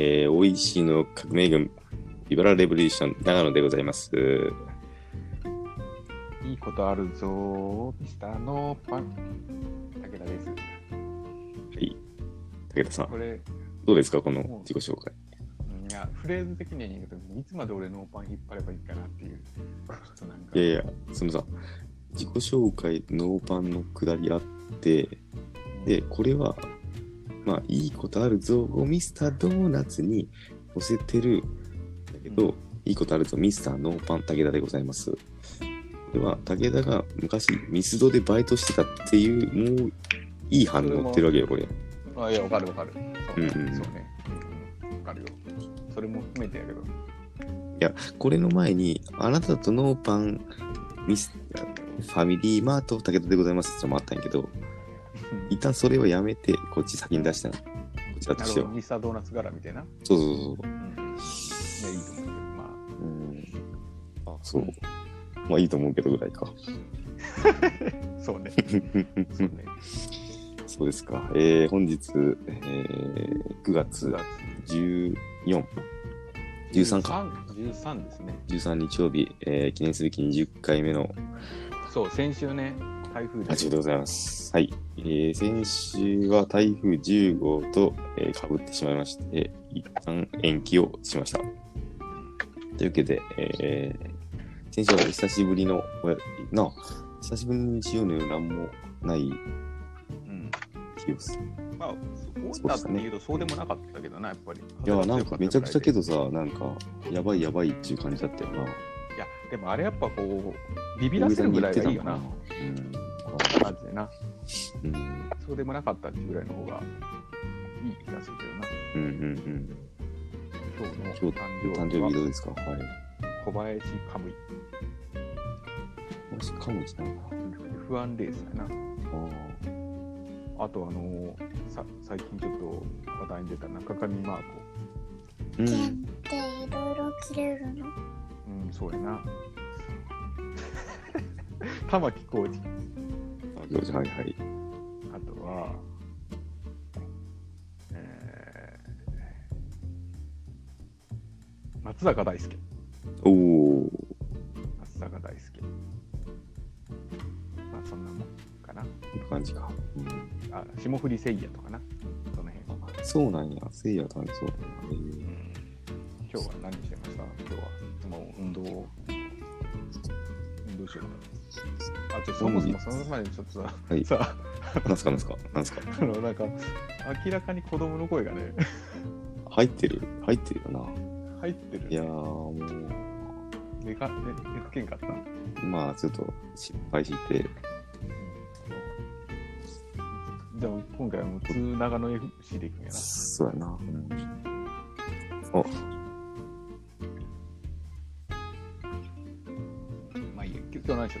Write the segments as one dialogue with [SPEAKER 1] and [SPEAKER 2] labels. [SPEAKER 1] えー、美味しいの革命軍、ビバラレボリューション、長野でございます。
[SPEAKER 2] いいことあるぞー、ミスターのパン。武田です。
[SPEAKER 1] 武田さん
[SPEAKER 2] こ、れ、
[SPEAKER 1] どうですか、この自己紹介。
[SPEAKER 2] いや、フレーズ的には言うけど、いつまで俺ノーパン引っ張ればいいかなっていう、ちょっとなんか
[SPEAKER 1] いやいや、そのさ、自己紹介、ノーパンのくだりあって、で、これは、まあ、いいことあるぞ、ミスタードーナツに載せてるんだけど、
[SPEAKER 2] うん
[SPEAKER 1] いいことあるぞ、ミスターノーパン、武田でございます。これは、武田が昔、ミスドでバイトしてたっていう、もう、いい反応ってるわけよ、これ。
[SPEAKER 2] うんあ、いや、わかるわかる。そう,、
[SPEAKER 1] うんうんうん
[SPEAKER 2] そうね。うんわかるよ。それも含めてやけど。
[SPEAKER 1] これの前に、あなたとノーパン、ミス、ファミリーマート、武田でございますってのもあったんやけ ど、一旦それをやめて、こっち先に出したの。こちらと
[SPEAKER 2] な
[SPEAKER 1] し
[SPEAKER 2] るほ
[SPEAKER 1] て
[SPEAKER 2] ど、
[SPEAKER 1] は。
[SPEAKER 2] ミスタードーナツ柄みたいな。
[SPEAKER 1] そうそうそう。
[SPEAKER 2] うん。いや、いいと思うけど、ま
[SPEAKER 1] うん。あ、そう。まあいいと思うけどぐらいか。
[SPEAKER 2] あ、そう ね。そうね。
[SPEAKER 1] そうですか。えー、本日、えー、9月14、13か。
[SPEAKER 2] 13ですね。
[SPEAKER 1] 13日曜日、えー、記念すべき20回目の
[SPEAKER 2] そう、先週ね、台風
[SPEAKER 1] ラ
[SPEAKER 2] で
[SPEAKER 1] ジオでございます。はい。えー、先週は台風10号と、えー、かぶってしまいまして、一旦延期をしました。というわけで、えー、先週は久しぶりの、おやな、久しぶりの日曜の夜なんもない
[SPEAKER 2] うん。
[SPEAKER 1] 日をす
[SPEAKER 2] まあ、そうだっていうと、そうでもなかったけどな、やっぱり。
[SPEAKER 1] いやなんかめちゃくちゃけ
[SPEAKER 2] ど。
[SPEAKER 1] どさなんかやばいやばいっていう感じだったよない
[SPEAKER 2] や、でもあれやっぱこう、ビビらせるぐらいがいいよな。感じでな。
[SPEAKER 1] うんうん
[SPEAKER 2] そうでもなかったっていうぐらいの方がいい気がするけどな。
[SPEAKER 1] うんうん
[SPEAKER 2] 今日の
[SPEAKER 1] 今
[SPEAKER 2] 誕
[SPEAKER 1] 日誕生日
[SPEAKER 2] 生日
[SPEAKER 1] ど
[SPEAKER 2] は
[SPEAKER 1] うですかはい
[SPEAKER 2] 小林カムイ。
[SPEAKER 1] もしかもしれないな
[SPEAKER 2] 不安レースやな。
[SPEAKER 1] あー
[SPEAKER 2] あと、あのーさ、最近ちょっと話題に出た中上マーコ。
[SPEAKER 1] う
[SPEAKER 3] 剣っ
[SPEAKER 1] ん
[SPEAKER 3] ていろいろ切れるの
[SPEAKER 2] うん、そう やな。玉置浩二。
[SPEAKER 1] あ行事はいはい
[SPEAKER 2] あとは、えー、松坂大輔。
[SPEAKER 1] おお
[SPEAKER 2] 松坂大輔。まあ、そんなもんかな。
[SPEAKER 1] こんな感じか、うん
[SPEAKER 2] あ、霜降りせいやとかな。その辺。
[SPEAKER 1] あそうなんやせいや誕生日
[SPEAKER 2] う
[SPEAKER 1] へー
[SPEAKER 2] ん今日は何してました今日は。もう運動を。運動しようかな。あ、ちょ、そもそもその前にちょっとさ、
[SPEAKER 1] はい
[SPEAKER 2] さ、
[SPEAKER 1] なんすかなんすかなんすか
[SPEAKER 2] あの、なんか、明らかに子供の声がね、
[SPEAKER 1] 入ってる入ってるよな
[SPEAKER 2] 入ってる。
[SPEAKER 1] いやーもう
[SPEAKER 2] 寝か、寝、寝かけんかった。
[SPEAKER 1] まあちょっと失敗して
[SPEAKER 2] でも今回はもう普通長野 FC で行くんやな。
[SPEAKER 1] そうやな、うん、 あ
[SPEAKER 2] まあいいや、今日何しちゃ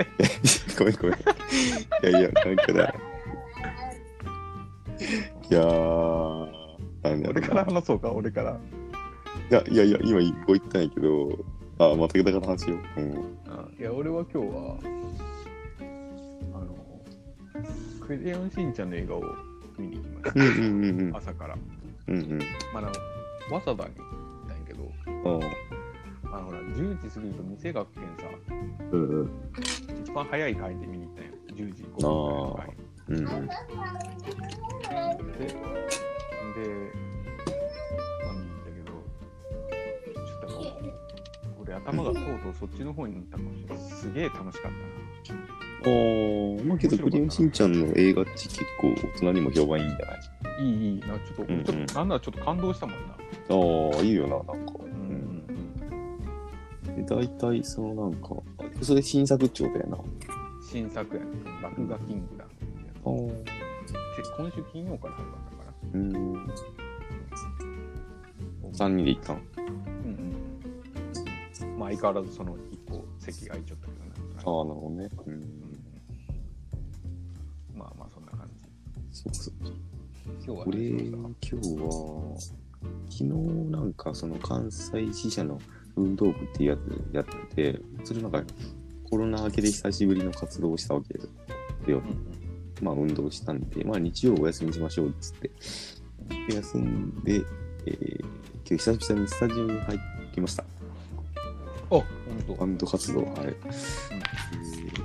[SPEAKER 2] っ
[SPEAKER 1] ごめんごめん。いやいや、なんかだ。いやー、なん
[SPEAKER 2] た
[SPEAKER 1] だ
[SPEAKER 2] 俺
[SPEAKER 1] ろ
[SPEAKER 2] か
[SPEAKER 1] うな
[SPEAKER 2] ら話そうか、俺から。
[SPEAKER 1] いやいやいや、今一個言ったんやけど、あ、また武田から話しよう。うん。
[SPEAKER 2] いや、俺は今日は、あの、クレヨンしんちゃんの映画を見に行きまし
[SPEAKER 1] うんうんうんうん
[SPEAKER 2] た。。朝から。
[SPEAKER 1] うん
[SPEAKER 2] まあ、あの、早稲田に行ったんやけど、
[SPEAKER 1] うん。ああ。
[SPEAKER 2] あの、ほら、10時過ぎると店が開くけんさ、
[SPEAKER 1] うんうん。
[SPEAKER 2] 一番早い回で見に行ったんよ。10時5分ぐらいの回。
[SPEAKER 1] うんうん。
[SPEAKER 2] で、で、まあ見に行ったけど、ちょっとこう、俺頭がとうとうそっちの方になったかもしれない。すげえ楽しかっ
[SPEAKER 1] あーまあ、けど、クレヨンしんちゃんの映画って結構大人にも評判いいんじゃない
[SPEAKER 2] たな。いいいいな、ちょっと、
[SPEAKER 1] うんうん
[SPEAKER 2] ちょっとなんならちょっと感動したもんな。
[SPEAKER 1] ああ、いいよな、なんか。う。
[SPEAKER 2] うんん、
[SPEAKER 1] で、大体、そのなんか、あそれ新作長だよな。
[SPEAKER 2] 新作やね。落書キングダムってやつ。
[SPEAKER 1] ああ。
[SPEAKER 2] で今週金曜から始まったかな。
[SPEAKER 1] うん。三人で行ったん
[SPEAKER 2] うんうん。まあ相変わらずその一個席が空いちゃったけどね。
[SPEAKER 1] ああ、なるほどね。う。
[SPEAKER 2] うんんまあまあそんな感じ。
[SPEAKER 1] そうそう。
[SPEAKER 2] 今日は
[SPEAKER 1] 俺、
[SPEAKER 2] 何しま
[SPEAKER 1] 今日は、昨日なんかその関西支社の運動部っていうやつやってて、それなんかコロナ明けで久しぶりの活動をしたわけですよ
[SPEAKER 2] した。。うん
[SPEAKER 1] まあ、運動したんで、まあ、日曜お休みにしましょうっつって、で休んで、えー今日久々にスタジオに入ってきました。
[SPEAKER 2] あ、本当。
[SPEAKER 1] バンド活動、はい。えー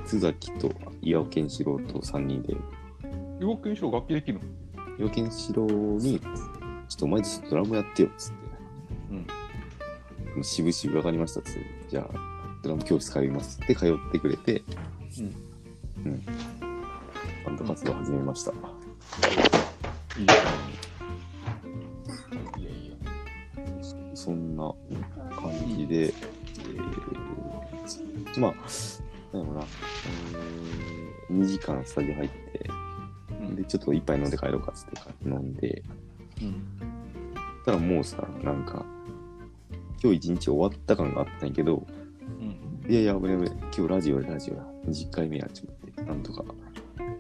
[SPEAKER 1] 津崎と岩尾健志郎と3人で、
[SPEAKER 2] 岩木印象楽器できるの
[SPEAKER 1] 岩尾健志郎に、ちょっとお前ちょっとドラムやってよっつって、
[SPEAKER 2] うん。
[SPEAKER 1] しぶしぶ分かりましたっつって、じゃあ、ドラム教室通いますって通ってくれて、うん。バンド活動始めました。
[SPEAKER 2] いいよ。いやいや。
[SPEAKER 1] そんな感じで、えーまあ、なんやろな、え2時間スタジオ入って、
[SPEAKER 2] うん
[SPEAKER 1] で、ちょっと一杯飲んで帰ろうかっつって飲んで、
[SPEAKER 2] うん。
[SPEAKER 1] たらもうさ、なんか、今日一日終わった感があったんやけど、
[SPEAKER 2] うん。
[SPEAKER 1] いやいや、危ない危ない今日ラジオやラジオや、20回目やちょっと思って、なんとか、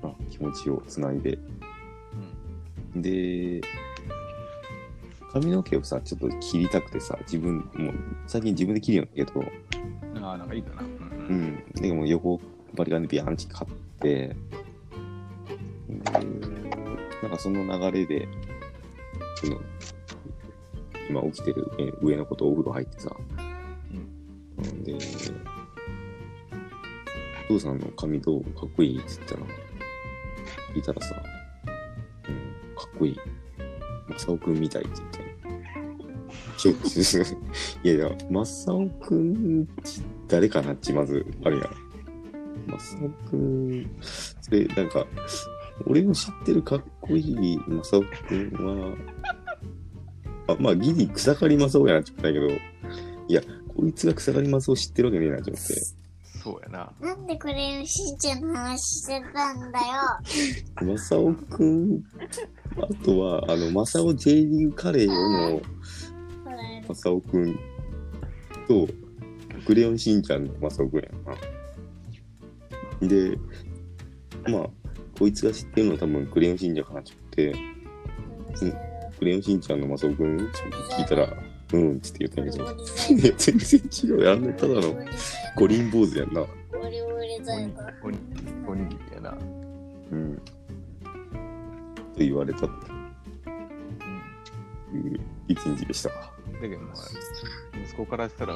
[SPEAKER 1] まあ、気持ちをつないで、で、髪の毛をさ、ちょっと切りたくてさ、自分、もう最近自分で切るようになったけど、
[SPEAKER 2] うん。ああ、なんかいいかな。うん
[SPEAKER 1] う。ん。でもう横バリカンでビャンチ買って、でなんかその流れで、その今起きてるえ上の子とお風呂入ってさ、で、お父さんの髪どうかっこいいって言ったら、聞いたらさ、うん、かっこいい。マサオくんみたいって言って。ちょいやいや、マサオくん誰かなっちまずあるやん。マサオくん、それなんか、俺の知ってるかっこいいマサオくんは、あまあ、ギリ草刈りマサオやなって思ったんやけど、いや、こいつが草刈りマサオ知ってるわけねえなって思って。
[SPEAKER 2] そうやな。
[SPEAKER 3] なんでこれしんちゃんの話してたんだよ。
[SPEAKER 1] マサオくん、あとは、あの、マサオ J リーグカレーよの
[SPEAKER 3] ほら、
[SPEAKER 1] マサオくんと、クレヨンしんちゃんのマサオくんやな。で、まあ、こいつが知ってるのは多分クレヨンしんちゃんかなって言って、クレヨンしんちゃんのマサオくんって聞いたら、うんっつって言ったんやけど、いや、全然違うやんね。ただの五輪坊主やんな。
[SPEAKER 3] ゴリゴリ
[SPEAKER 2] お
[SPEAKER 3] だ
[SPEAKER 2] に
[SPEAKER 3] よ
[SPEAKER 2] ぎ。おにおにぎりやな。うん。
[SPEAKER 1] うん。と言われたっていう一日でした。
[SPEAKER 2] だけど、まあ、息子からしたら、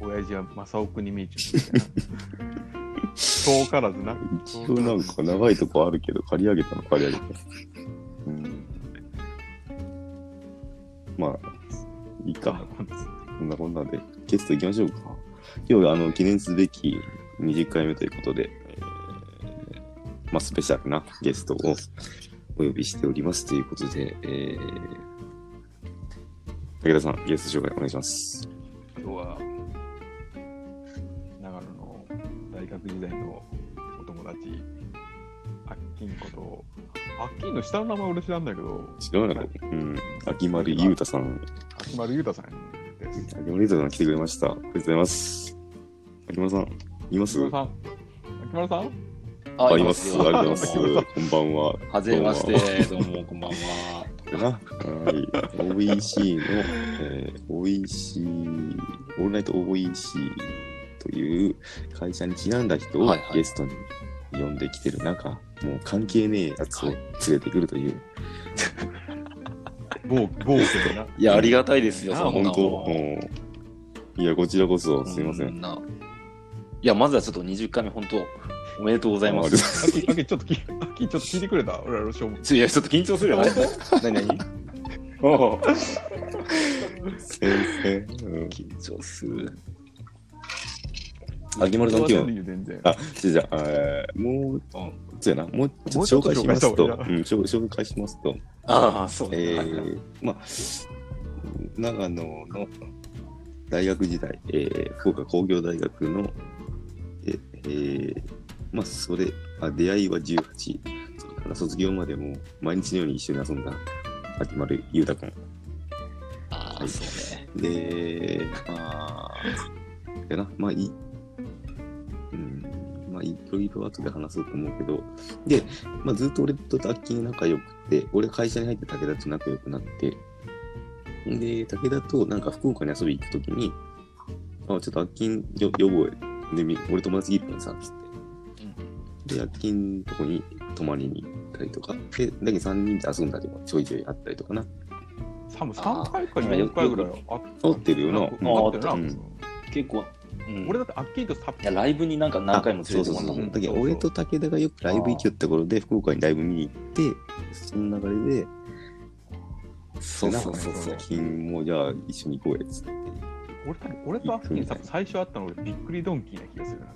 [SPEAKER 2] 親父は正雄君に見えちゃうみたいな。 遠からずな。
[SPEAKER 1] 一応なんか長いとこあるけど、借り上げたの借り上げた。うん。まあ、いいか。こんなこんなで、ゲスト行きましょうか。今日、あの、記念すべき20回目ということで、えーまあ、スペシャルなゲストをお呼びしておりますということで、えー、武田さん、ゲスト紹介お願いします。
[SPEAKER 2] 今日は長野の大学時代のお友達あっきんことあっきんの下の名前俺知らんだけど
[SPEAKER 1] 知らなかった。うん。秋丸裕太さん、
[SPEAKER 2] 秋丸裕太さんです
[SPEAKER 1] 秋丸裕太さん来てくれました。ありがとうございます。秋丸さん、います
[SPEAKER 2] 秋丸さん秋丸さん
[SPEAKER 1] あります。あり
[SPEAKER 4] よ
[SPEAKER 1] がとうございます。こんばんは。
[SPEAKER 4] はじめまして、どうもこんばんは。
[SPEAKER 1] こんばんは。はい。OEC の、えー、OEC、オールナイト OEC という会社にちなんだ人を
[SPEAKER 4] はいはい
[SPEAKER 1] ゲストに呼んできてる中、もう関係ねえやつを連れてくるという、
[SPEAKER 2] 某某家だない
[SPEAKER 4] や、ありがたいですよ、
[SPEAKER 2] あ
[SPEAKER 4] そん
[SPEAKER 1] 本
[SPEAKER 4] な
[SPEAKER 1] 当、もう、いや、こちらこそ、すいません。
[SPEAKER 4] んな。いや、まずはちょっと20回目、本当、おめでとうございま。
[SPEAKER 1] ありがとうございます
[SPEAKER 2] あきあきちょっときあきちょっと聞いてくれた俺らのしょうも
[SPEAKER 4] いや、ちょっと緊張す るよ、なになにおう
[SPEAKER 1] 先生、うん、
[SPEAKER 4] 緊張する。
[SPEAKER 1] 秋丸さん今日
[SPEAKER 2] 全然いいよ全然
[SPEAKER 1] あ、じゃあ、えーもう、そうやな、もうちょっと紹介しますと、
[SPEAKER 2] も
[SPEAKER 1] うん
[SPEAKER 2] うちょっと
[SPEAKER 1] 紹紹
[SPEAKER 2] 紹介した方がいい
[SPEAKER 1] 介しますと、
[SPEAKER 4] ああ、そうね。
[SPEAKER 1] え
[SPEAKER 4] はいはい
[SPEAKER 1] ー、まあ、長野の大学時代、えー、福岡工業大学の、ええーまあ、それあ、出会いは18、それから卒業までも毎日のように一緒に遊んだ秋丸裕太君。
[SPEAKER 4] ああ、そうね。
[SPEAKER 1] で、まあ、やな、まあ、い、うん、まあ、いろいろ後で話そうと思うけど、で、まあ、ずっと俺とタッキー仲良くて、俺会社に入って武田と仲良くなって、で、武田となんか福岡に遊び行くときに、あ、ちょっとアッキン呼ぼうよ。で、み俺友達いるからさ、つって。で、夜勤のとこに泊まりに行ったりとか、で、だけど3人で遊んだりもちょいちょいあったりとかな。
[SPEAKER 2] 多分3回か4回ぐらいあった。
[SPEAKER 1] 合ってるよな
[SPEAKER 2] 合ってるな。
[SPEAKER 1] うん
[SPEAKER 4] 結構、うん、
[SPEAKER 2] 俺だってあっきりとさっ
[SPEAKER 4] いやライブになんか何回も連れても
[SPEAKER 1] そ
[SPEAKER 4] らった
[SPEAKER 1] う
[SPEAKER 4] も
[SPEAKER 1] そうそ
[SPEAKER 4] ん
[SPEAKER 1] うだけど俺と武田がよくライブ行きよった頃で福岡にライブ見に行ってその流れで
[SPEAKER 4] そうそうそうそう
[SPEAKER 1] 夜勤もじゃあ一緒に行こうやつって
[SPEAKER 2] 俺多分俺とアッキー多分最初あったの俺びっくりドンキーな気がするなんか。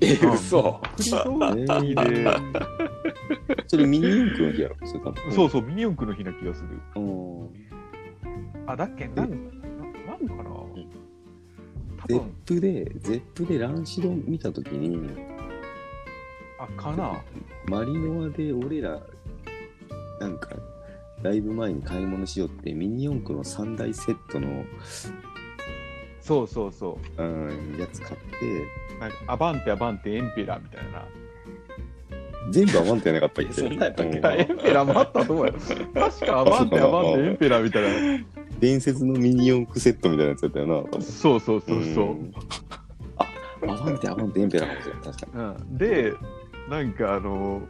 [SPEAKER 4] え
[SPEAKER 2] うん
[SPEAKER 4] 嘘
[SPEAKER 2] びっくりドンキーで。
[SPEAKER 1] それミニ四駆の日やろそれ多分
[SPEAKER 2] そうそうミニ四駆の日な気がする。
[SPEAKER 1] うん
[SPEAKER 2] あだっけなんななんかな。多
[SPEAKER 1] ゼッ
[SPEAKER 2] 分
[SPEAKER 1] プでゼップでランシド見た時に
[SPEAKER 2] あかな。
[SPEAKER 1] マリノアで俺らなんかライブ前に買い物しようってミニ四駆の3大セットの、
[SPEAKER 2] そうそうそ
[SPEAKER 1] うん、やつ買って
[SPEAKER 2] う。なんかアバンテアバンテエンペラーみたいな。
[SPEAKER 1] 全部アマンテやなかったっけ
[SPEAKER 4] そんなんやったっけ
[SPEAKER 1] う
[SPEAKER 2] いやエンペラーもあったと思うよ。確かアバンテアバンテエンペラーみたい
[SPEAKER 1] 伝説のミニ四駆セットみたいなやつやったよな
[SPEAKER 2] な。そうそうそうそう。
[SPEAKER 1] アバンテアバンテエンペラーかもしれない確か
[SPEAKER 2] うん、でなんかあの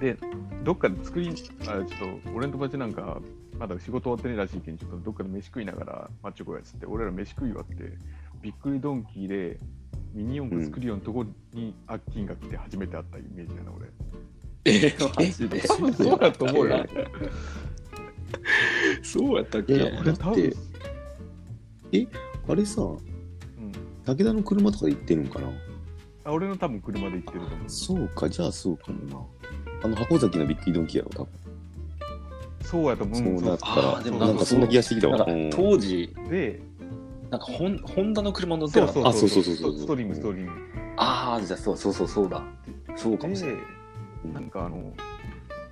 [SPEAKER 2] でどっかで作りあちょっと俺の友達なんかまだ仕事終わってないらしいけんちょっとどっかで飯食いながらマッチョこうやっつって俺ら飯食い終わってびっくりドンキーでミニ四駆作りようのとこにアッキンが来て初めて会ったイメージやな俺
[SPEAKER 4] えマジで
[SPEAKER 2] 多分そうだと思うよ
[SPEAKER 4] そうやったっ
[SPEAKER 1] いやいや
[SPEAKER 2] で多分
[SPEAKER 1] だってにあれさ
[SPEAKER 2] うん、
[SPEAKER 1] 武田の車とかで行ってるんかな
[SPEAKER 2] あ俺の多分車で行ってると思
[SPEAKER 1] そうかじゃあそうかもなあの箱崎のビッキリドンキーやろ多分
[SPEAKER 2] うそうやと思ううん
[SPEAKER 1] そうなった
[SPEAKER 4] あ
[SPEAKER 1] ら
[SPEAKER 4] ーでも
[SPEAKER 1] なんかそんな気がしてきた
[SPEAKER 4] なん
[SPEAKER 1] わ
[SPEAKER 4] か
[SPEAKER 1] うん
[SPEAKER 4] 当時
[SPEAKER 2] そうで
[SPEAKER 4] なんかホンホンダの車乗って
[SPEAKER 2] そ
[SPEAKER 4] な
[SPEAKER 2] う
[SPEAKER 4] かった
[SPEAKER 2] そうそう
[SPEAKER 1] あそうそうそうそう
[SPEAKER 2] ストリングストリング
[SPEAKER 4] ああじゃあそうそうそうそうだそうかもしれない
[SPEAKER 2] で、なんかあの、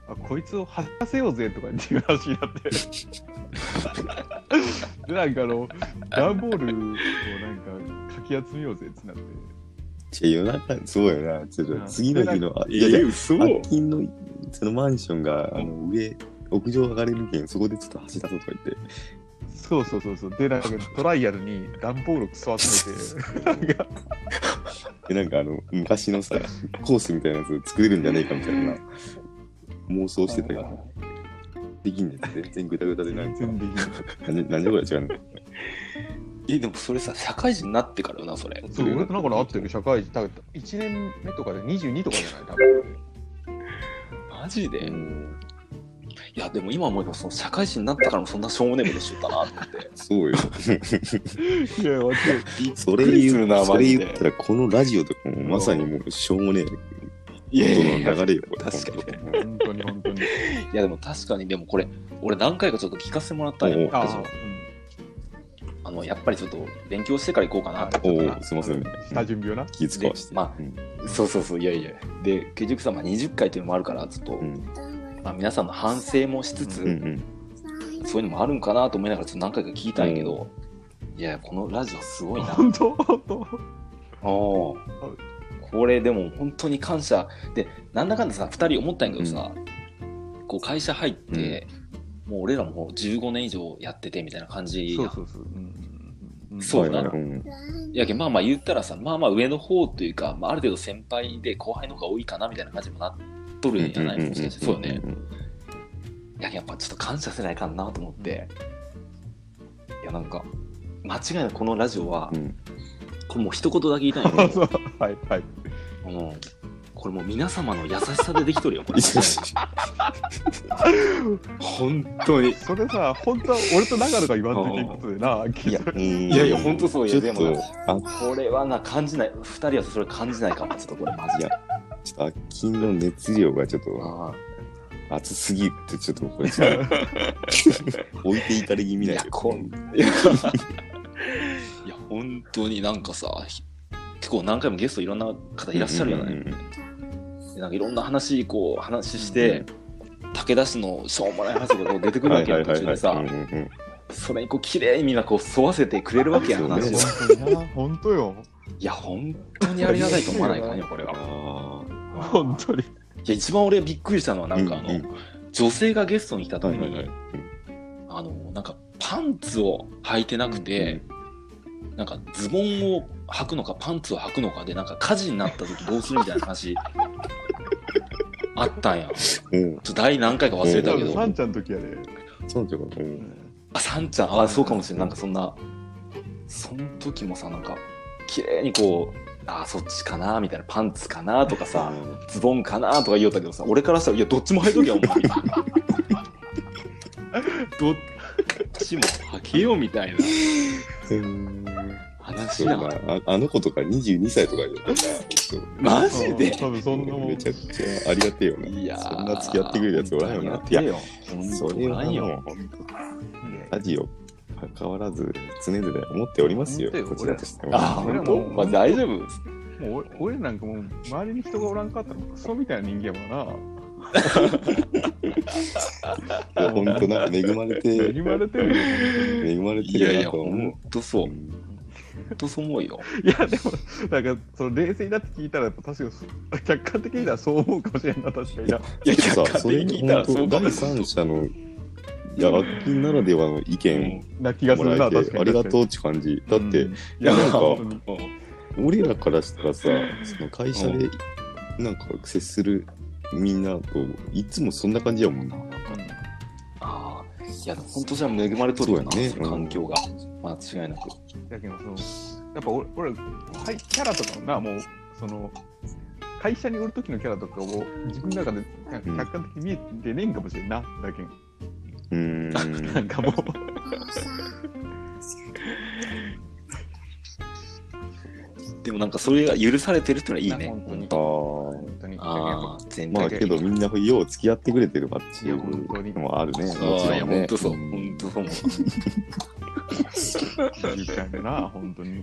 [SPEAKER 2] あこいつを走らせようぜとかっていう話にな って、で、なんかあの、段ボールをなんかかき集めようぜってなって、
[SPEAKER 1] 違うよなそうやなちょっ
[SPEAKER 2] うん
[SPEAKER 1] と次の日のあ
[SPEAKER 4] え
[SPEAKER 1] いやいや
[SPEAKER 4] 嘘
[SPEAKER 1] 発金のそのマンションがあの上屋上上がれるけんそこでちょっと走らそうとか言って
[SPEAKER 2] そうそうそうそう、で、なんかトライアルに段ボールをくそ集めて、なんか、
[SPEAKER 1] でなんかあの昔のさコースみたいなやつ作れるんじゃねえかみたいな妄想してたけどできんねんって全然グダグダでなんか
[SPEAKER 2] 全然できない。
[SPEAKER 1] 何何時ぐらい違うの
[SPEAKER 4] えでもそれさ社会人になってからよなそれ
[SPEAKER 2] そう、俺となんかの合ってる社会人、多分1年目とかで22とかじゃない多分。
[SPEAKER 4] マジで、いやでも今思えばその社会人になってからもそんなしょうもねえことしてたなと思って
[SPEAKER 1] そうよ。
[SPEAKER 2] いや、待って。
[SPEAKER 1] そ
[SPEAKER 4] びっ
[SPEAKER 1] れ
[SPEAKER 4] くりす
[SPEAKER 1] 言
[SPEAKER 4] る
[SPEAKER 1] う
[SPEAKER 4] な
[SPEAKER 1] そ
[SPEAKER 4] マ
[SPEAKER 1] れ
[SPEAKER 4] ジで
[SPEAKER 1] 言ったら、このラジオとかもまさにもうしょうもねえ
[SPEAKER 4] い
[SPEAKER 1] ことの流れよ。これ
[SPEAKER 4] 確か
[SPEAKER 1] 本
[SPEAKER 2] 本当に本当に。
[SPEAKER 4] いやでも確かにでもこれ俺何回かちょっと聞かせてもらった
[SPEAKER 1] 当
[SPEAKER 4] んよ
[SPEAKER 1] に
[SPEAKER 2] あ
[SPEAKER 1] あ
[SPEAKER 2] あ、うん
[SPEAKER 4] あのやっぱりちょっと勉強してから行こうかなって
[SPEAKER 1] おうおうすいませんね。
[SPEAKER 2] 下準備をな。
[SPEAKER 1] 気使わして。
[SPEAKER 4] でま
[SPEAKER 1] うん
[SPEAKER 4] そうそうそういやいやで結局さ、まあ、20回というのもあるからちょっと、
[SPEAKER 1] うん
[SPEAKER 3] どうも
[SPEAKER 4] まあ、皆さんの反省もしつつ、
[SPEAKER 1] うんうん。
[SPEAKER 4] そういうのもあるんかなと思いながらちょっと何回か聞いたんやけど、いやこのラジオす ごいな
[SPEAKER 2] 本当本当。
[SPEAKER 4] おーこれでも本当に感謝でなんだかんださ2人思ったんやけどさ、こう会社入って、もう俺らも15年以上やっててみたいな感じ
[SPEAKER 2] そ
[SPEAKER 4] や
[SPEAKER 2] うんそうそう。うん
[SPEAKER 4] そう
[SPEAKER 1] だね
[SPEAKER 4] だ
[SPEAKER 1] う
[SPEAKER 4] な。
[SPEAKER 1] ん
[SPEAKER 4] いやけんまあまあ言ったらさまあまあ上の方というか、まあ、ある程度先輩で後輩の方が多いかなみたいな感じにもなっとるんじゃないもしかしてそうよね。いややっぱちょっと感謝せないかんなと思っていやなんか間違いなくこのラジオは、
[SPEAKER 1] うん
[SPEAKER 4] これもう一言だけ言いたいん
[SPEAKER 2] そ
[SPEAKER 4] や
[SPEAKER 2] う
[SPEAKER 4] け
[SPEAKER 2] そ
[SPEAKER 4] ど
[SPEAKER 2] う。はいはい。
[SPEAKER 4] うんこれもう皆様の優しさでできとるよこれ 本当に
[SPEAKER 2] それさ、本当は俺と長野が言わんといけんことでな。
[SPEAKER 4] いや
[SPEAKER 1] うん
[SPEAKER 4] いやいやほんとそうよ
[SPEAKER 1] ちょっ
[SPEAKER 4] でも
[SPEAKER 1] と、あ
[SPEAKER 4] これはな感じない2人はそれ感じないかもちょっとこれマジ
[SPEAKER 1] い
[SPEAKER 4] で
[SPEAKER 1] やちょっと、あっきんの熱量がちょっと
[SPEAKER 4] あ
[SPEAKER 1] 熱すぎるって、ちょっとこれさ、 置いていかれ気味
[SPEAKER 4] い
[SPEAKER 1] だ
[SPEAKER 4] や
[SPEAKER 1] よ。
[SPEAKER 4] こんいや本当になんかさひ結構何回もゲストいろんな方いらっしゃるじゃない、
[SPEAKER 1] うんうん
[SPEAKER 4] でなんかいろんな話こう話して、武田氏のしょうもない話とかこう出てくるわけや途中で
[SPEAKER 1] う
[SPEAKER 4] さ
[SPEAKER 1] んうんうん
[SPEAKER 4] それにこう綺麗にみんなこう沿わせてくれるわけや
[SPEAKER 1] そうね
[SPEAKER 4] 話を
[SPEAKER 2] 本当にな。本当よ。
[SPEAKER 4] いや本当にありがたいと思わないかんよこれは
[SPEAKER 1] あ
[SPEAKER 2] 本当に。
[SPEAKER 4] いや一番俺びっくりしたのは
[SPEAKER 1] ー
[SPEAKER 4] なんかあの、
[SPEAKER 1] う
[SPEAKER 4] 女性がゲストに来た時
[SPEAKER 1] はい
[SPEAKER 4] に、
[SPEAKER 1] はいはい。
[SPEAKER 4] あのなんかパンツを履いてなくて、なんかズボンを履くのかパンツを履くのかでなんか火事になった時どうするみたいな話あったんやちょ
[SPEAKER 1] うん。
[SPEAKER 4] っと第何回か忘れた
[SPEAKER 2] 多
[SPEAKER 4] け
[SPEAKER 2] 分
[SPEAKER 4] ど
[SPEAKER 2] サンちゃんの時やね。
[SPEAKER 1] そうなんていうか、
[SPEAKER 4] あさんちゃんあそうかもしれないなんかそんなその時もさなんか綺麗にこうあそっちかなみたいなパンツかなとかさ
[SPEAKER 1] うん
[SPEAKER 4] ズボンかなとか言おったけどさ俺からしたらいやどっちも履いときゃお前どっちも履けよみたいな
[SPEAKER 1] 全然そ
[SPEAKER 4] 話
[SPEAKER 1] う
[SPEAKER 4] や
[SPEAKER 1] だ
[SPEAKER 4] ん
[SPEAKER 1] なああの子とか22歳とかじゃないちょっと
[SPEAKER 4] マジで
[SPEAKER 2] 多分そんなもん
[SPEAKER 1] め。ちゃくちゃありがてえよ
[SPEAKER 4] い
[SPEAKER 1] な
[SPEAKER 4] やー
[SPEAKER 1] そんな付き合ってくれるやつおらんよな
[SPEAKER 4] 本当にやって
[SPEAKER 1] い
[SPEAKER 4] よ
[SPEAKER 1] やそれは
[SPEAKER 4] おらんよ
[SPEAKER 1] もう本当ラジオ関わらず常々思っておりますよ
[SPEAKER 2] 本当
[SPEAKER 1] こ
[SPEAKER 2] よ
[SPEAKER 1] ちらとしても
[SPEAKER 4] あ
[SPEAKER 2] 俺
[SPEAKER 4] 本
[SPEAKER 2] ら
[SPEAKER 4] 当
[SPEAKER 2] も
[SPEAKER 4] まあ大丈夫
[SPEAKER 2] もう俺俺なんかもう周りに人がおらんかったらクソみたいな人間やもんな。
[SPEAKER 1] いや本当なんか恵まれて
[SPEAKER 2] 恵まれてるよ。
[SPEAKER 1] 恵まれて
[SPEAKER 4] いやい
[SPEAKER 1] る
[SPEAKER 4] や
[SPEAKER 1] なと思う
[SPEAKER 4] 本当そう
[SPEAKER 1] うん
[SPEAKER 4] 本当そう思うよ
[SPEAKER 2] いやでもなんかその冷静になって聞いたらやっぱ確かに客観的にはそう思うかもしれんな確かにな。
[SPEAKER 4] いや
[SPEAKER 1] さ
[SPEAKER 4] 客観
[SPEAKER 1] そ
[SPEAKER 4] 的
[SPEAKER 1] れ
[SPEAKER 4] に
[SPEAKER 1] に
[SPEAKER 4] 聞いたらそう
[SPEAKER 1] 本
[SPEAKER 4] か
[SPEAKER 1] 当
[SPEAKER 4] も
[SPEAKER 1] 第
[SPEAKER 4] しれん
[SPEAKER 1] 三者のいやアッキンならではの意見
[SPEAKER 2] な気がす
[SPEAKER 1] もら
[SPEAKER 2] るな
[SPEAKER 1] えて
[SPEAKER 2] 確かに。
[SPEAKER 1] ありがとう
[SPEAKER 2] う。
[SPEAKER 1] って感じだって
[SPEAKER 2] うん、いや
[SPEAKER 1] なんか
[SPEAKER 2] 本当に
[SPEAKER 1] 俺らからしたらさ、その会社でなんか接するみんなといつもそんな感じやもんな。
[SPEAKER 4] ああいや本当じゃ恵まれとるよな
[SPEAKER 1] そうやね
[SPEAKER 4] その環境が間違いなく
[SPEAKER 2] だけどそのやっぱ俺俺はいキャラとかもなもうその会社におる時のキャラとかを自分の中でなんか客観的に見えてねえんかもしれんなだけん
[SPEAKER 1] う ーん。
[SPEAKER 2] なんかもう
[SPEAKER 3] もうさ
[SPEAKER 4] でもなんかそれが許されてるってのはいいね
[SPEAKER 2] 本当に
[SPEAKER 1] あー
[SPEAKER 2] 本当に
[SPEAKER 4] ああ全
[SPEAKER 1] まあ
[SPEAKER 4] 体
[SPEAKER 1] けどみんなよう付き合ってくれてるわってい
[SPEAKER 2] いや本当に
[SPEAKER 1] うのもあるね。もち
[SPEAKER 4] ああいや
[SPEAKER 1] ろんね
[SPEAKER 4] 本当そう本当そう思
[SPEAKER 2] じいちゃんやな本当に
[SPEAKER 1] い
[SPEAKER 4] う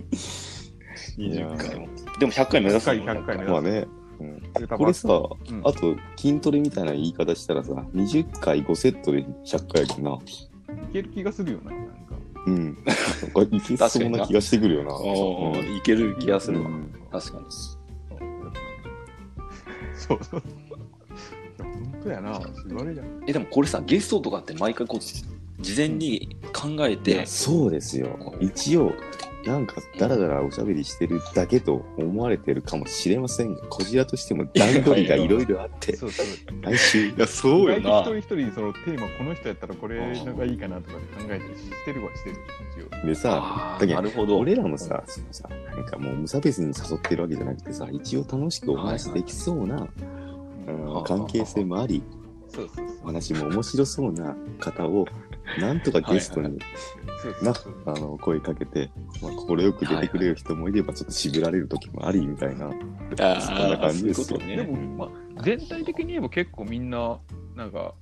[SPEAKER 1] や
[SPEAKER 4] 20回もでも100回目指すの
[SPEAKER 2] 100回100回目
[SPEAKER 1] まあね。うんこ
[SPEAKER 2] こ
[SPEAKER 1] れさ、
[SPEAKER 2] うん
[SPEAKER 1] あと筋トレみたいな言い方したらさ、20回5セットで100回やけどな。
[SPEAKER 2] いける気がするよななんか
[SPEAKER 1] うん。なんかいけそうな気がしてくるよな。
[SPEAKER 4] お
[SPEAKER 1] う
[SPEAKER 4] ー
[SPEAKER 1] ん
[SPEAKER 4] いける気がするわ
[SPEAKER 1] うん
[SPEAKER 4] 確かに
[SPEAKER 2] そうそう いや本当やな縛れじゃん
[SPEAKER 4] えでもこれさゲストとかって毎回こう事前に考え
[SPEAKER 1] い
[SPEAKER 4] て
[SPEAKER 1] やそうですよ一応なんかダラダラおしゃべりしてるだけと思われてるかもしれませんがこちらとしても段取りがいろいろあって
[SPEAKER 2] そうそう
[SPEAKER 1] 来週
[SPEAKER 4] やそ
[SPEAKER 2] 意外と一人一人そのテーマこの人やったらこれのがいいかなとか考えてしてるはしてる一応
[SPEAKER 1] でさ
[SPEAKER 4] あ
[SPEAKER 1] だ
[SPEAKER 4] ー
[SPEAKER 1] け
[SPEAKER 4] な
[SPEAKER 1] ど
[SPEAKER 4] るほど
[SPEAKER 1] 俺らもさそのさなんかもう無差別に誘ってるわけじゃなくてさ一応楽しくお話できそうな、
[SPEAKER 4] い
[SPEAKER 1] うん関係性もあり
[SPEAKER 2] そうそう
[SPEAKER 1] お話も面白そうな方をなんとかゲストに
[SPEAKER 2] そうそ
[SPEAKER 1] な
[SPEAKER 2] うそう
[SPEAKER 1] あの声かけて快、まあ、快く出てくれる人もいればちょっと渋られる時もありみたいな、
[SPEAKER 4] あー
[SPEAKER 1] そんな感じです
[SPEAKER 4] そう
[SPEAKER 1] よ
[SPEAKER 4] いうことね
[SPEAKER 2] でも、まあ、全体的に言えば結構みんな、なんか、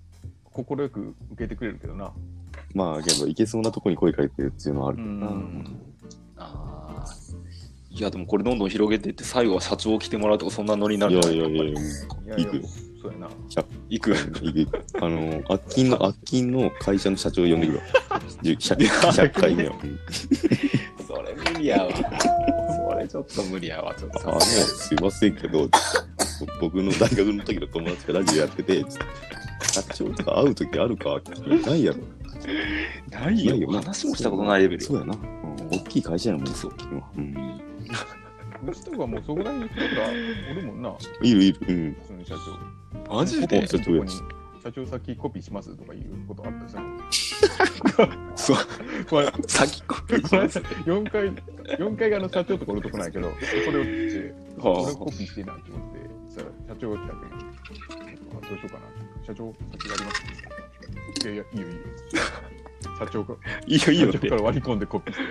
[SPEAKER 2] 快く受けてくれるけどな。
[SPEAKER 1] まあけどいけそうなとこに声かけてるっていうのはある
[SPEAKER 2] う
[SPEAKER 1] けどな、
[SPEAKER 2] ん。
[SPEAKER 4] ああいやでもこれどんどん広げてって最後は社長来てもらうとかそんなノリにないる
[SPEAKER 1] や
[SPEAKER 4] ん
[SPEAKER 1] い
[SPEAKER 4] じゃな
[SPEAKER 1] やいや
[SPEAKER 4] や
[SPEAKER 1] いや
[SPEAKER 2] いやい
[SPEAKER 4] っぱり
[SPEAKER 1] 行
[SPEAKER 2] や
[SPEAKER 1] く、
[SPEAKER 2] そうやな。
[SPEAKER 4] 行く
[SPEAKER 1] いくあのあっきんのあっきんの会社の社長呼んでくるわじゅ 100, 100回目よ
[SPEAKER 4] それ無理やわそれちょっと無理やわちょっ
[SPEAKER 1] あのすいませんけど僕の大学の時の友達がラジオやってて社長とか会う時あるかってないやろ
[SPEAKER 4] ない
[SPEAKER 1] ないよ
[SPEAKER 4] よ
[SPEAKER 1] な
[SPEAKER 4] 話もしたことないレベル
[SPEAKER 1] そうや
[SPEAKER 4] よ
[SPEAKER 1] な、うん、大きい会社やもんそううん
[SPEAKER 2] うちとかもうそこら辺に人がおるもんな、
[SPEAKER 1] いるいるうん
[SPEAKER 2] その社長。
[SPEAKER 4] マジで
[SPEAKER 1] お社長や
[SPEAKER 2] ここに社長先コピーしますとかいうことあ ったさ。
[SPEAKER 4] そう
[SPEAKER 2] これ、こ
[SPEAKER 4] 先コピーし
[SPEAKER 2] れ
[SPEAKER 4] ます
[SPEAKER 2] 4回、四回があの社長とかおるとこないけど、これをって、これコピーしていいなって思って、そしたら社長が来たけんあどうしようかな。社長先があります。いやいや、いいよいいよ。社長が。
[SPEAKER 4] い いよいいよっ
[SPEAKER 2] 社長
[SPEAKER 4] て
[SPEAKER 2] から割り込んでコピーして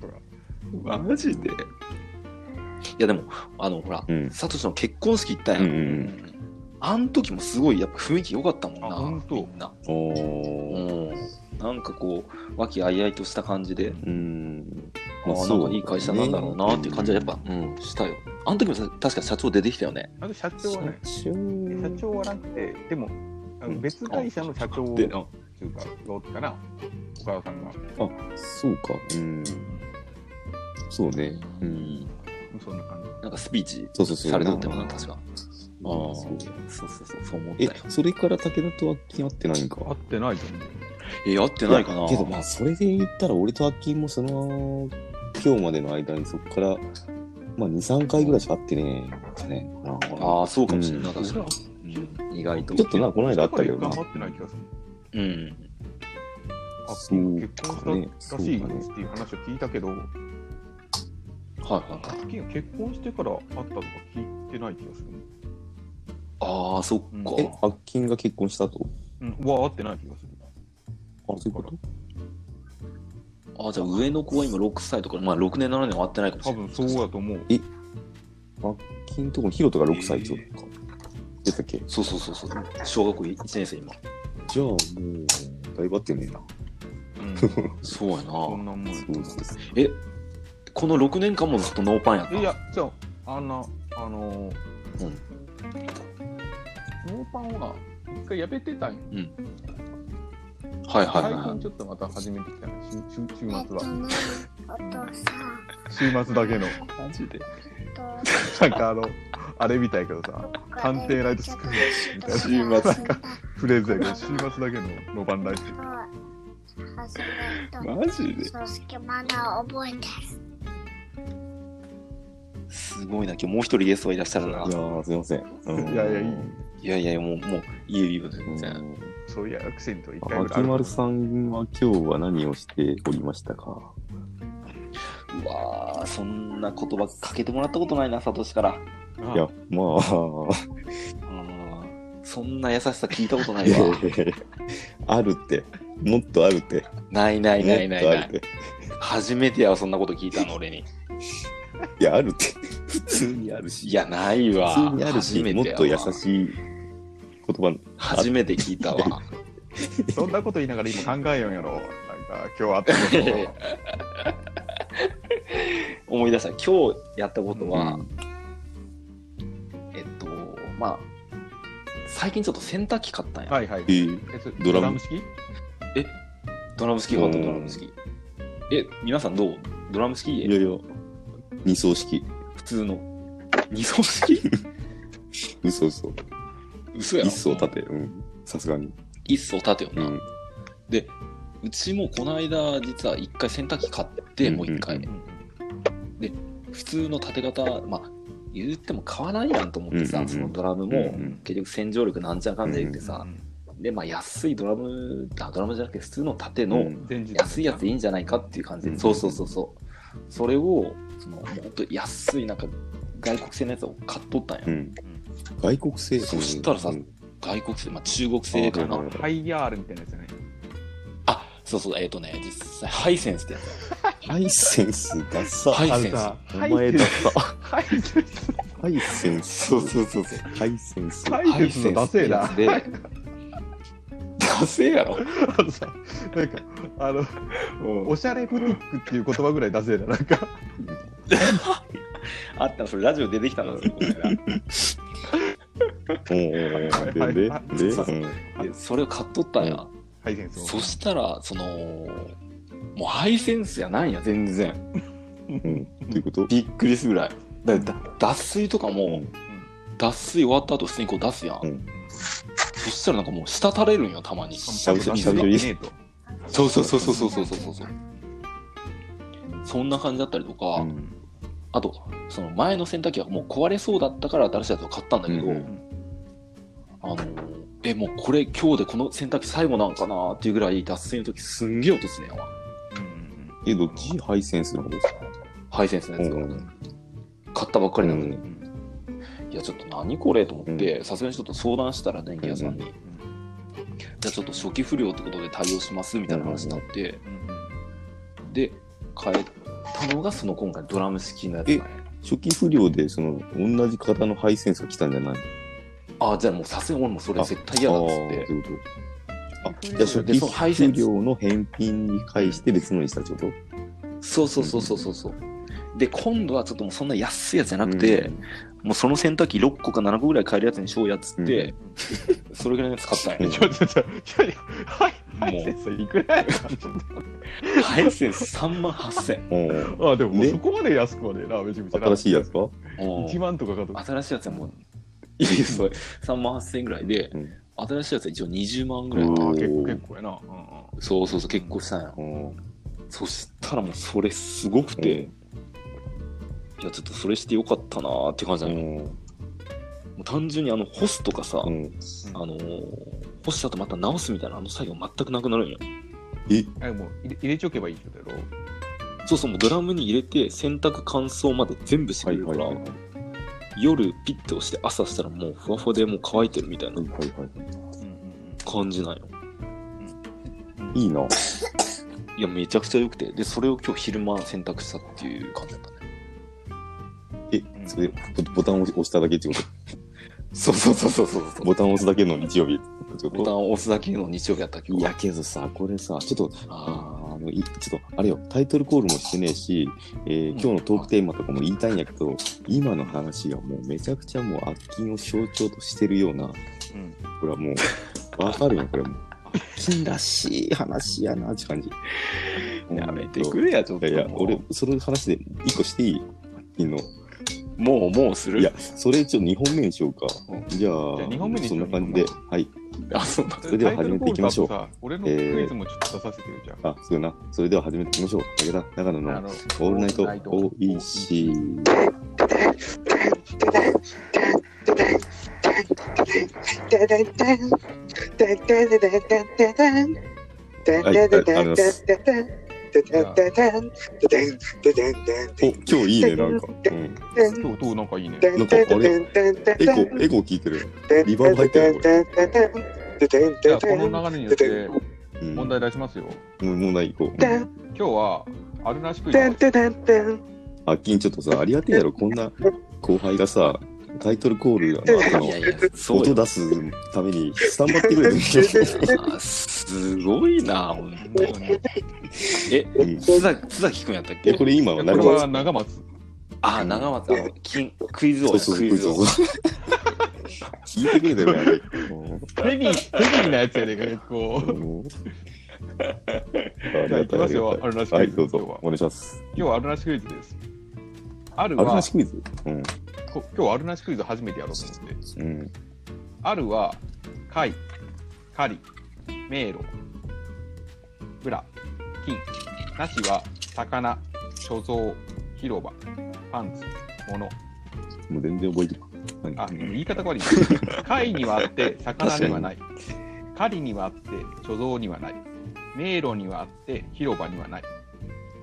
[SPEAKER 2] とか
[SPEAKER 4] マジでいやでもあのほら
[SPEAKER 1] うん
[SPEAKER 4] サトシの結婚式行ったやん、
[SPEAKER 1] うんうん
[SPEAKER 4] あん時もすごいやっぱ雰囲気良かったもんな
[SPEAKER 2] あほんと
[SPEAKER 4] みんな
[SPEAKER 1] おー
[SPEAKER 4] うんなんかこう和気あいあいとした感じで
[SPEAKER 1] うん
[SPEAKER 4] ああなんかいい会社なんだろうなっていう感じはやっぱ、うん、したよ。あの時もさ確か社長出てきたよね。
[SPEAKER 2] あと社長はね、
[SPEAKER 1] 社
[SPEAKER 2] 社
[SPEAKER 1] 長
[SPEAKER 2] 長はなくて、でも、あの別会社の社長って
[SPEAKER 4] で
[SPEAKER 2] いうか、がおったな、お母さんが。
[SPEAKER 1] あそうかうんそうねうん
[SPEAKER 2] そんな感じ。
[SPEAKER 4] なんかスピーチ
[SPEAKER 1] そうそうそう
[SPEAKER 4] されとったよ
[SPEAKER 1] う
[SPEAKER 4] な、
[SPEAKER 1] ん
[SPEAKER 4] 確か。あ
[SPEAKER 1] あ
[SPEAKER 4] あ、
[SPEAKER 1] あ
[SPEAKER 4] そうそうそう、そう思った
[SPEAKER 1] え
[SPEAKER 4] よ。
[SPEAKER 1] それから武田とアッキン会ってないんか
[SPEAKER 2] 合ってないと思う。
[SPEAKER 4] え、やってないかな。
[SPEAKER 1] やけどまあそれで言ったら俺とアッキンもその今日までの間にそこから、まあ、2、3回ぐらいしか会ってねえかね。なんか
[SPEAKER 4] ああ、そうかもしれない。
[SPEAKER 1] うん
[SPEAKER 4] 確かに。うん意外と。
[SPEAKER 1] ちょっとな、この間あったけど
[SPEAKER 2] 頑
[SPEAKER 1] な。
[SPEAKER 2] 張ってない気がする。
[SPEAKER 4] うん。
[SPEAKER 2] あ
[SPEAKER 1] そうかね
[SPEAKER 2] 結婚したらしいですっていう話を聞いたけど、
[SPEAKER 4] はいはいはい。
[SPEAKER 2] 結婚してから会ったとか聞いてない気がする。
[SPEAKER 4] ああ、そっ
[SPEAKER 2] う
[SPEAKER 1] え
[SPEAKER 4] か。、
[SPEAKER 1] 発見が結婚したと
[SPEAKER 2] うん、は会ってない気がする。
[SPEAKER 1] あ、そういうこと
[SPEAKER 4] ああ、じゃあ上の子は今6歳とか、まあ6年、7年終わってないかもし
[SPEAKER 2] 多
[SPEAKER 4] れない。
[SPEAKER 2] 分そうだと思う。
[SPEAKER 1] 金とこのヒロトが6歳ってことか。でしたっけ
[SPEAKER 4] そうそうそうそう。小学校1年生今。
[SPEAKER 1] じゃあもう、だいぶ合ってねえな。
[SPEAKER 2] うん、
[SPEAKER 4] そうや
[SPEAKER 2] そ
[SPEAKER 4] な。
[SPEAKER 2] んなもんや
[SPEAKER 1] そうです。
[SPEAKER 4] え、この6年間もずっとノーパンやった
[SPEAKER 2] いや、じゃあ、あんな、あのー、
[SPEAKER 4] うん
[SPEAKER 2] ノーパンは、一回やめてたんよ。
[SPEAKER 4] はいはいは
[SPEAKER 2] 最
[SPEAKER 4] いは
[SPEAKER 2] 近ちょっとまた始めてきたね、週週週末
[SPEAKER 3] え
[SPEAKER 2] は
[SPEAKER 3] っ。とね、お父さん
[SPEAKER 2] 週末だけの、
[SPEAKER 4] い。マジで。
[SPEAKER 3] と、
[SPEAKER 2] なんかあの、あれみたいけどさ、探偵ライトスクールみ たいなフレーズやけど、週末だけのノーパンライス。
[SPEAKER 4] マジで。
[SPEAKER 3] そうすけマナー覚えて
[SPEAKER 4] すごいな。今日もう一人ゲストがいらっしゃるな。
[SPEAKER 1] いやー、すいません。うん
[SPEAKER 2] いやいやいい
[SPEAKER 4] いやいや、もう、もう、いいよいいよ、全然。
[SPEAKER 1] うん
[SPEAKER 2] そういや、アクセントは一回ぐ
[SPEAKER 1] 秋
[SPEAKER 2] らいある
[SPEAKER 1] 丸。さんは今日は何をしておりましたか
[SPEAKER 4] うわあ、そんな言葉かけてもらったことないな、サトシから。
[SPEAKER 1] いや、まあ、
[SPEAKER 4] あーそんな優しさ聞いたことない
[SPEAKER 1] いやい
[SPEAKER 4] わ。
[SPEAKER 1] やいや あるって、もっとあるって、
[SPEAKER 4] ないないない
[SPEAKER 1] も
[SPEAKER 4] な
[SPEAKER 1] っ
[SPEAKER 4] い
[SPEAKER 1] とあ
[SPEAKER 4] な
[SPEAKER 1] るっ
[SPEAKER 4] い。
[SPEAKER 1] て。
[SPEAKER 4] 初めてやわ、そんなこと聞いたの、俺に。
[SPEAKER 1] いや、あるって、 普通にあるし、
[SPEAKER 4] いや、ないわ。
[SPEAKER 1] 普通にある
[SPEAKER 4] 初
[SPEAKER 1] し、
[SPEAKER 4] め
[SPEAKER 1] もって
[SPEAKER 4] や
[SPEAKER 1] と
[SPEAKER 4] わ
[SPEAKER 1] 優しい言葉、
[SPEAKER 4] 初めて聞いたわ。
[SPEAKER 2] そんなこと言いながら今考えよんやろ。なんか、今日会ったこと。
[SPEAKER 4] 思い出した。今日やったことは、
[SPEAKER 1] うん
[SPEAKER 4] えっと、まあ、最近ちょっと洗濯機買ったんや。
[SPEAKER 2] はいはい
[SPEAKER 1] え。ー
[SPEAKER 2] えそ
[SPEAKER 1] ドラム
[SPEAKER 2] 式
[SPEAKER 4] ドラム式買った、ドラム式。え、皆さんどうドラム式
[SPEAKER 1] いろいろ二層式、
[SPEAKER 4] 普通の。二層式
[SPEAKER 1] 嘘嘘、
[SPEAKER 4] 嘘やろ
[SPEAKER 1] 一層立て、うん、さすがに。
[SPEAKER 4] 一層立てよ
[SPEAKER 1] う
[SPEAKER 4] な、
[SPEAKER 1] ん、
[SPEAKER 4] でうちもこの間実は一回洗濯機買って
[SPEAKER 1] うん
[SPEAKER 4] もう一回、
[SPEAKER 1] うん
[SPEAKER 4] 普通の縦型まあ言っても買わないやんと思ってさ、
[SPEAKER 1] うんうんうん
[SPEAKER 4] そのドラム
[SPEAKER 1] うんう
[SPEAKER 4] も
[SPEAKER 1] ん
[SPEAKER 4] 結局洗浄力なんちゃらかんちゃら言って
[SPEAKER 2] う
[SPEAKER 4] さ、
[SPEAKER 2] ん
[SPEAKER 4] でまあ安いドラムあドラムじゃなくて普通の縦
[SPEAKER 1] う
[SPEAKER 4] の
[SPEAKER 1] ん
[SPEAKER 2] 前日。
[SPEAKER 4] 安いやついいんじゃないかっていう感じで、
[SPEAKER 1] うん
[SPEAKER 4] そうそうそうそうそれをそのほんと安いなんか外国製のやつを買っとったんや、
[SPEAKER 1] うん外国製
[SPEAKER 4] そしたらさ
[SPEAKER 1] うん
[SPEAKER 4] 外国製まあ中国製かな
[SPEAKER 1] あはいはい
[SPEAKER 2] ハイヤールみたいなやつじゃない
[SPEAKER 4] あそうそうえっ、とね実際ハイセンスってやつ
[SPEAKER 1] ハイセンスダサ。
[SPEAKER 4] ハイセンス
[SPEAKER 1] お前ダサ。
[SPEAKER 2] ハイセンス。
[SPEAKER 1] ハイセンス。
[SPEAKER 4] そうそうそうそう
[SPEAKER 1] ハイセンス。
[SPEAKER 2] ハイセンスのダセえな。
[SPEAKER 4] で、 ダセえやろ。
[SPEAKER 2] あのさなんか、あの、おしゃれブティックっていう言葉ぐらいダセえな。なんか、
[SPEAKER 4] あったそれラジオ出てきたんですよ、この
[SPEAKER 1] おーで、
[SPEAKER 2] はい
[SPEAKER 1] で、で、
[SPEAKER 2] はい
[SPEAKER 1] うん
[SPEAKER 4] 間でそれを買っとったんや。
[SPEAKER 2] ハイセンスを。
[SPEAKER 4] そしたら、その、もうハイセンスやないんや、全然。
[SPEAKER 1] うん。ということ
[SPEAKER 4] びっくりするぐらい。だだ脱水とかも、脱水終わった後、普通にこう出すやん。
[SPEAKER 1] うん
[SPEAKER 4] そしたらなんかもう滴れるんよ、たまに。
[SPEAKER 1] しゃぶしゃぶ
[SPEAKER 2] しゃぶしゃぶ
[SPEAKER 4] そうそうそうそうそうそうそうそう。そんな感じだったりとか、
[SPEAKER 1] うん
[SPEAKER 4] あと、その前の洗濯機はもう壊れそうだったから新しいやつを買ったんだけど、
[SPEAKER 1] うんうん
[SPEAKER 4] あのえ、もうこれ今日でこの洗濯機最後なんかなっていうぐらい脱水の時すんげえ落とすねんわ。
[SPEAKER 1] え、どっちハイセンスの方ですか
[SPEAKER 4] ハイセンスのやつが。
[SPEAKER 1] うん
[SPEAKER 4] 買ったばっかりなのに、
[SPEAKER 1] うん
[SPEAKER 4] いや、ちょっと何これと思って、さすがにちょっと相談したら電気屋さんに、じゃあちょっと初期不良ってことで対応しますみたいな話になって、で、変えたのがその今回ドラム式のやつなんや
[SPEAKER 1] 初期不良で、その、同じ型のハイセンスが来たんじゃない
[SPEAKER 4] あ、じゃあもうさすがに俺もそれ絶対嫌
[SPEAKER 1] あ
[SPEAKER 4] だ
[SPEAKER 1] あ
[SPEAKER 4] っつっ
[SPEAKER 1] ー、
[SPEAKER 4] て
[SPEAKER 1] そ。ういうこと。あ、じゃあ初
[SPEAKER 4] でそのハイセ
[SPEAKER 1] 期
[SPEAKER 4] ン
[SPEAKER 1] 不
[SPEAKER 4] ス
[SPEAKER 1] 良の返品に返して別のにしたってこと
[SPEAKER 4] そうそうそうそうそうそう。で、今度はちょっともうそんな安いやつじゃなくて、
[SPEAKER 1] うん
[SPEAKER 4] もうその洗濯機6個か7個ぐらい買えるやつにしようやっつって、それぐらいのやつ買っ
[SPEAKER 1] う
[SPEAKER 4] たんや
[SPEAKER 1] ん。
[SPEAKER 2] ちょちょちょ、ちょ、ハイハイセンスいくらや
[SPEAKER 4] ハイセンス3万8000
[SPEAKER 1] おー
[SPEAKER 2] あ、でももう
[SPEAKER 1] ね
[SPEAKER 2] そこまで安くはねえな、めちゃくちゃな。
[SPEAKER 1] 新しいやつか
[SPEAKER 2] 1万とかかと。
[SPEAKER 4] 新しいやつ はもう、いやいや、それ3万8000ぐらいで、
[SPEAKER 1] うん
[SPEAKER 4] 新しいやつは一応20万ぐらいやった
[SPEAKER 1] う
[SPEAKER 2] あ
[SPEAKER 1] ん
[SPEAKER 2] 結構結構やな。うんうん
[SPEAKER 4] そうそうそう、結構したんや。
[SPEAKER 1] うん
[SPEAKER 4] そしたらもうそれすごくて、
[SPEAKER 1] うん
[SPEAKER 4] いやちょっとそれしてよかったなーって感じだね、
[SPEAKER 1] ん。
[SPEAKER 4] もう単純にあの干すとかさ、
[SPEAKER 1] うん。
[SPEAKER 4] あのー干したとまた直すみたいなあの作業全くなくなるんよ
[SPEAKER 1] え、
[SPEAKER 2] あもう入れ入れちおけばいいってことやろ
[SPEAKER 4] そうそうもうドラムに入れて洗濯乾燥まで全部してく
[SPEAKER 1] は
[SPEAKER 4] れ
[SPEAKER 1] い
[SPEAKER 4] るか
[SPEAKER 1] はい
[SPEAKER 4] ら、
[SPEAKER 1] はい。
[SPEAKER 4] 夜ピッて押して朝したらもうふわふわでもう乾いてるみたいな
[SPEAKER 1] はいはいは
[SPEAKER 2] うんうん
[SPEAKER 4] 感じなんよ
[SPEAKER 1] い。いいな。
[SPEAKER 4] いやめちゃくちゃ良くてでそれを今日昼間洗濯したっていう感じだったね
[SPEAKER 1] え、それ、ボボタンを押しただけってこと
[SPEAKER 4] そうそうそうそうそう
[SPEAKER 1] ボタンを押すだけの日曜日ってこと
[SPEAKER 4] ボタンを押すだけの日曜日やったっけ
[SPEAKER 1] いやけどさ、これさ、ちょっと、
[SPEAKER 4] あ
[SPEAKER 1] あーあのいちょっと、あれよ、タイトルコールもしてねえし、えー今日のトークテーマとかも言いたいんやけど、今の話がもうめちゃくちゃもう悪金を象徴としてるような、
[SPEAKER 2] うん
[SPEAKER 1] これはもう、 わかるよ、これはもう。悪金らしい話やなって感じ。
[SPEAKER 4] あやめてくれやちょっ
[SPEAKER 1] い
[SPEAKER 4] と
[SPEAKER 1] やいや、
[SPEAKER 4] もう
[SPEAKER 1] 俺、その話で一個していい悪金の。
[SPEAKER 4] もうもうする
[SPEAKER 1] いや、それちょっと2本目にしようか。
[SPEAKER 4] うん
[SPEAKER 1] じゃあ、
[SPEAKER 2] じゃあ二本目にし
[SPEAKER 1] そん
[SPEAKER 2] よ
[SPEAKER 1] な
[SPEAKER 2] う
[SPEAKER 1] 感じで、はい。
[SPEAKER 4] あそうだ
[SPEAKER 1] それでは始めていきましょう
[SPEAKER 2] タイトルコールとあとさ俺のクイズもちょっと出させてよじゃあ
[SPEAKER 1] あ、そうやな。それでは始めていきましょう。武田、長野の
[SPEAKER 2] あの
[SPEAKER 1] オールナイト OEC。お、今日いいね、なんか。うん。
[SPEAKER 2] 今日音なんかいいね
[SPEAKER 1] なんか、あれ、エコ、エコ聞いてる。
[SPEAKER 2] じゃあこの流れによって
[SPEAKER 1] うん。
[SPEAKER 2] 問題出しますよ
[SPEAKER 1] うん問題行こう。
[SPEAKER 5] だ
[SPEAKER 2] 今日はあるらしく言います
[SPEAKER 1] あっきん、ちょっとさ、ありがてえやろ。こんな後輩がさ、タイトルコールの後
[SPEAKER 4] い
[SPEAKER 1] の
[SPEAKER 4] やいやそう
[SPEAKER 1] 音
[SPEAKER 4] よ
[SPEAKER 1] 出すために、スタンバってくれるんでしょ。
[SPEAKER 4] あすごいなほんと
[SPEAKER 2] 本当にこ
[SPEAKER 4] え
[SPEAKER 1] うん
[SPEAKER 4] 津崎津崎くんやったっけ
[SPEAKER 1] え、これ今は
[SPEAKER 2] れ
[SPEAKER 1] 何
[SPEAKER 2] は長松
[SPEAKER 4] あー長松あの金クイズ王
[SPEAKER 1] そう
[SPEAKER 4] や
[SPEAKER 1] そう、
[SPEAKER 4] ク
[SPEAKER 1] ク
[SPEAKER 4] イ
[SPEAKER 1] イ
[SPEAKER 4] ズ
[SPEAKER 1] ズ
[SPEAKER 4] 王
[SPEAKER 1] 聞いてくれたよ、あれ。
[SPEAKER 2] ヘビーヘビーなやつやねんか結構じゃあ行きますよあるらしく
[SPEAKER 1] はい、
[SPEAKER 2] ク
[SPEAKER 1] ど
[SPEAKER 2] イ
[SPEAKER 1] う
[SPEAKER 2] ズ今日
[SPEAKER 1] ぞ
[SPEAKER 2] は。
[SPEAKER 1] お願いします。
[SPEAKER 2] 今日はあるなしクイズですある
[SPEAKER 1] ある
[SPEAKER 2] は
[SPEAKER 1] なしクイズうん。
[SPEAKER 2] こ今日あるなしクイズ初めてやろうと思って
[SPEAKER 1] うん。
[SPEAKER 2] あるは貝狩り迷路ブラ金なしは魚貯蔵広場パンツ物
[SPEAKER 1] もう全然覚えてない。
[SPEAKER 2] あ、言い方が悪い。貝にはあ って、魚にはない。狩りにはあって、貯蔵にはない。迷路にはあって、広場にはない。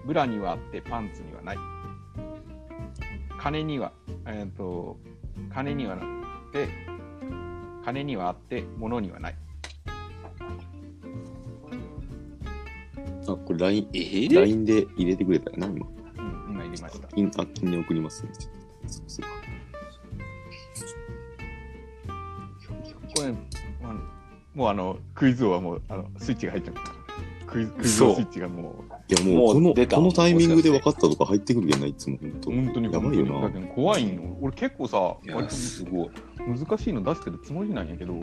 [SPEAKER 2] ブラにはあって、パンツにはない。金には、えっ、と、金にはなって、金にはあって、物にはない。
[SPEAKER 1] あ、これ LINE、
[SPEAKER 4] えー
[SPEAKER 1] LINE で入れてくれたよな、今。
[SPEAKER 2] うん、今入れました。
[SPEAKER 1] 金、あ、金に送りますね。そうそう
[SPEAKER 2] これ、あのもうあの、クイズ王はもう、あの、スイッチが入っちゃった。クイズ、クイズ王スイッチがもう、
[SPEAKER 1] いや、もう、こ
[SPEAKER 4] も
[SPEAKER 1] の、
[SPEAKER 4] う出た
[SPEAKER 1] このタイミングで分かったとか入ってくるじゃない、いつも、本当
[SPEAKER 2] 本当に
[SPEAKER 1] やばいよな
[SPEAKER 2] 本当。に怖いの。俺結構さ、
[SPEAKER 4] い
[SPEAKER 2] 割
[SPEAKER 4] や
[SPEAKER 2] と
[SPEAKER 4] すごい
[SPEAKER 2] 難しいの出してるつもりなんやけど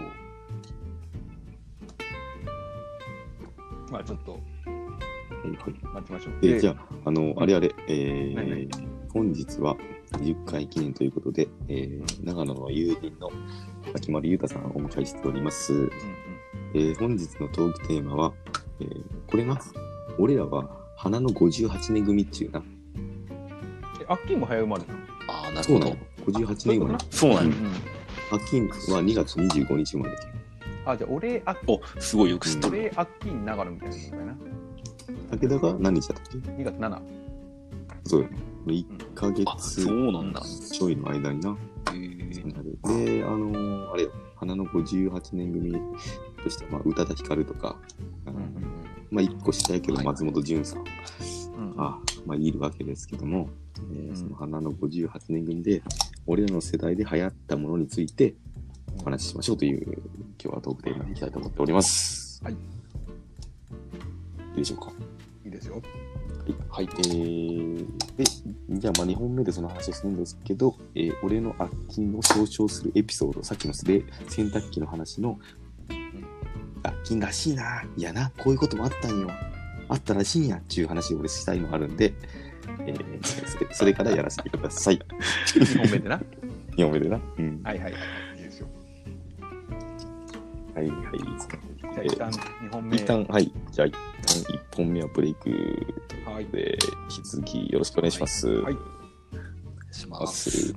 [SPEAKER 2] まあちょっと
[SPEAKER 1] はいはい
[SPEAKER 2] 待ちましょう
[SPEAKER 1] え
[SPEAKER 2] で
[SPEAKER 1] じゃあ、あの、あれあれ、え
[SPEAKER 2] 何
[SPEAKER 1] ー
[SPEAKER 2] 何、
[SPEAKER 1] 本日は20回記念ということで、えー、長野の友人の秋丸裕太さんをお迎えしております。
[SPEAKER 2] うんうん
[SPEAKER 1] えー本日のトークテーマは、えーこれな、俺らは花の58年組っちゅうな。
[SPEAKER 2] えアッキーも早生まれなの
[SPEAKER 4] ああなる
[SPEAKER 1] そう
[SPEAKER 4] ほ
[SPEAKER 1] なの
[SPEAKER 4] ど
[SPEAKER 1] ?58年生まれ。
[SPEAKER 4] そうなん
[SPEAKER 2] う
[SPEAKER 4] よ
[SPEAKER 2] んうん
[SPEAKER 1] 秋は2月25日生まれだけ
[SPEAKER 2] あじゃあ俺アッ
[SPEAKER 4] おすごいよく知っとる
[SPEAKER 2] 俺アッキー長野みたいなもんかな
[SPEAKER 1] ど。武田が何日だったっけ
[SPEAKER 2] 2月7
[SPEAKER 1] そうよ。1ヶ
[SPEAKER 4] あそ
[SPEAKER 1] 月
[SPEAKER 4] うなんだ
[SPEAKER 1] ちょいの間にな。
[SPEAKER 4] へー
[SPEAKER 1] で、あのーあれよ、花の58年組としては、まあ、宇多田ヒカルとか、あ
[SPEAKER 2] う
[SPEAKER 1] の
[SPEAKER 2] ん
[SPEAKER 1] まあ、1個下やけど、
[SPEAKER 4] はい
[SPEAKER 1] 松本潤さんが、
[SPEAKER 2] うんうん
[SPEAKER 1] まあ、いるわけですけども、えー
[SPEAKER 2] うん
[SPEAKER 1] その花の58年組で、俺らの世代で流行ったものについてお話ししましょうという、今日はトークテーマにいきたいと思っております。
[SPEAKER 2] はい
[SPEAKER 1] いいでしょうか。
[SPEAKER 2] いいですよ
[SPEAKER 1] はい、えー、で、じゃあ、まあ、2本目でその話をするんですけど、えー俺の悪金を象徴するエピソード、さっきので洗濯機の話の、悪金らしいな、いやな、こういうこともあったんよ、あったらしいんやっていう話を俺したいのあるんで、えーそれそれからやらせてください。
[SPEAKER 2] 2本目でな
[SPEAKER 1] 2本目でな。うん。
[SPEAKER 2] はいはいはいいいですよ
[SPEAKER 1] はいはい。
[SPEAKER 2] じゃあ一旦2本目。
[SPEAKER 1] 一旦、はい。じゃあ、一旦1本目はブレイクということで、引き続きよろしくお願いします。
[SPEAKER 2] は
[SPEAKER 1] お
[SPEAKER 2] い
[SPEAKER 1] 願い
[SPEAKER 4] し
[SPEAKER 1] します。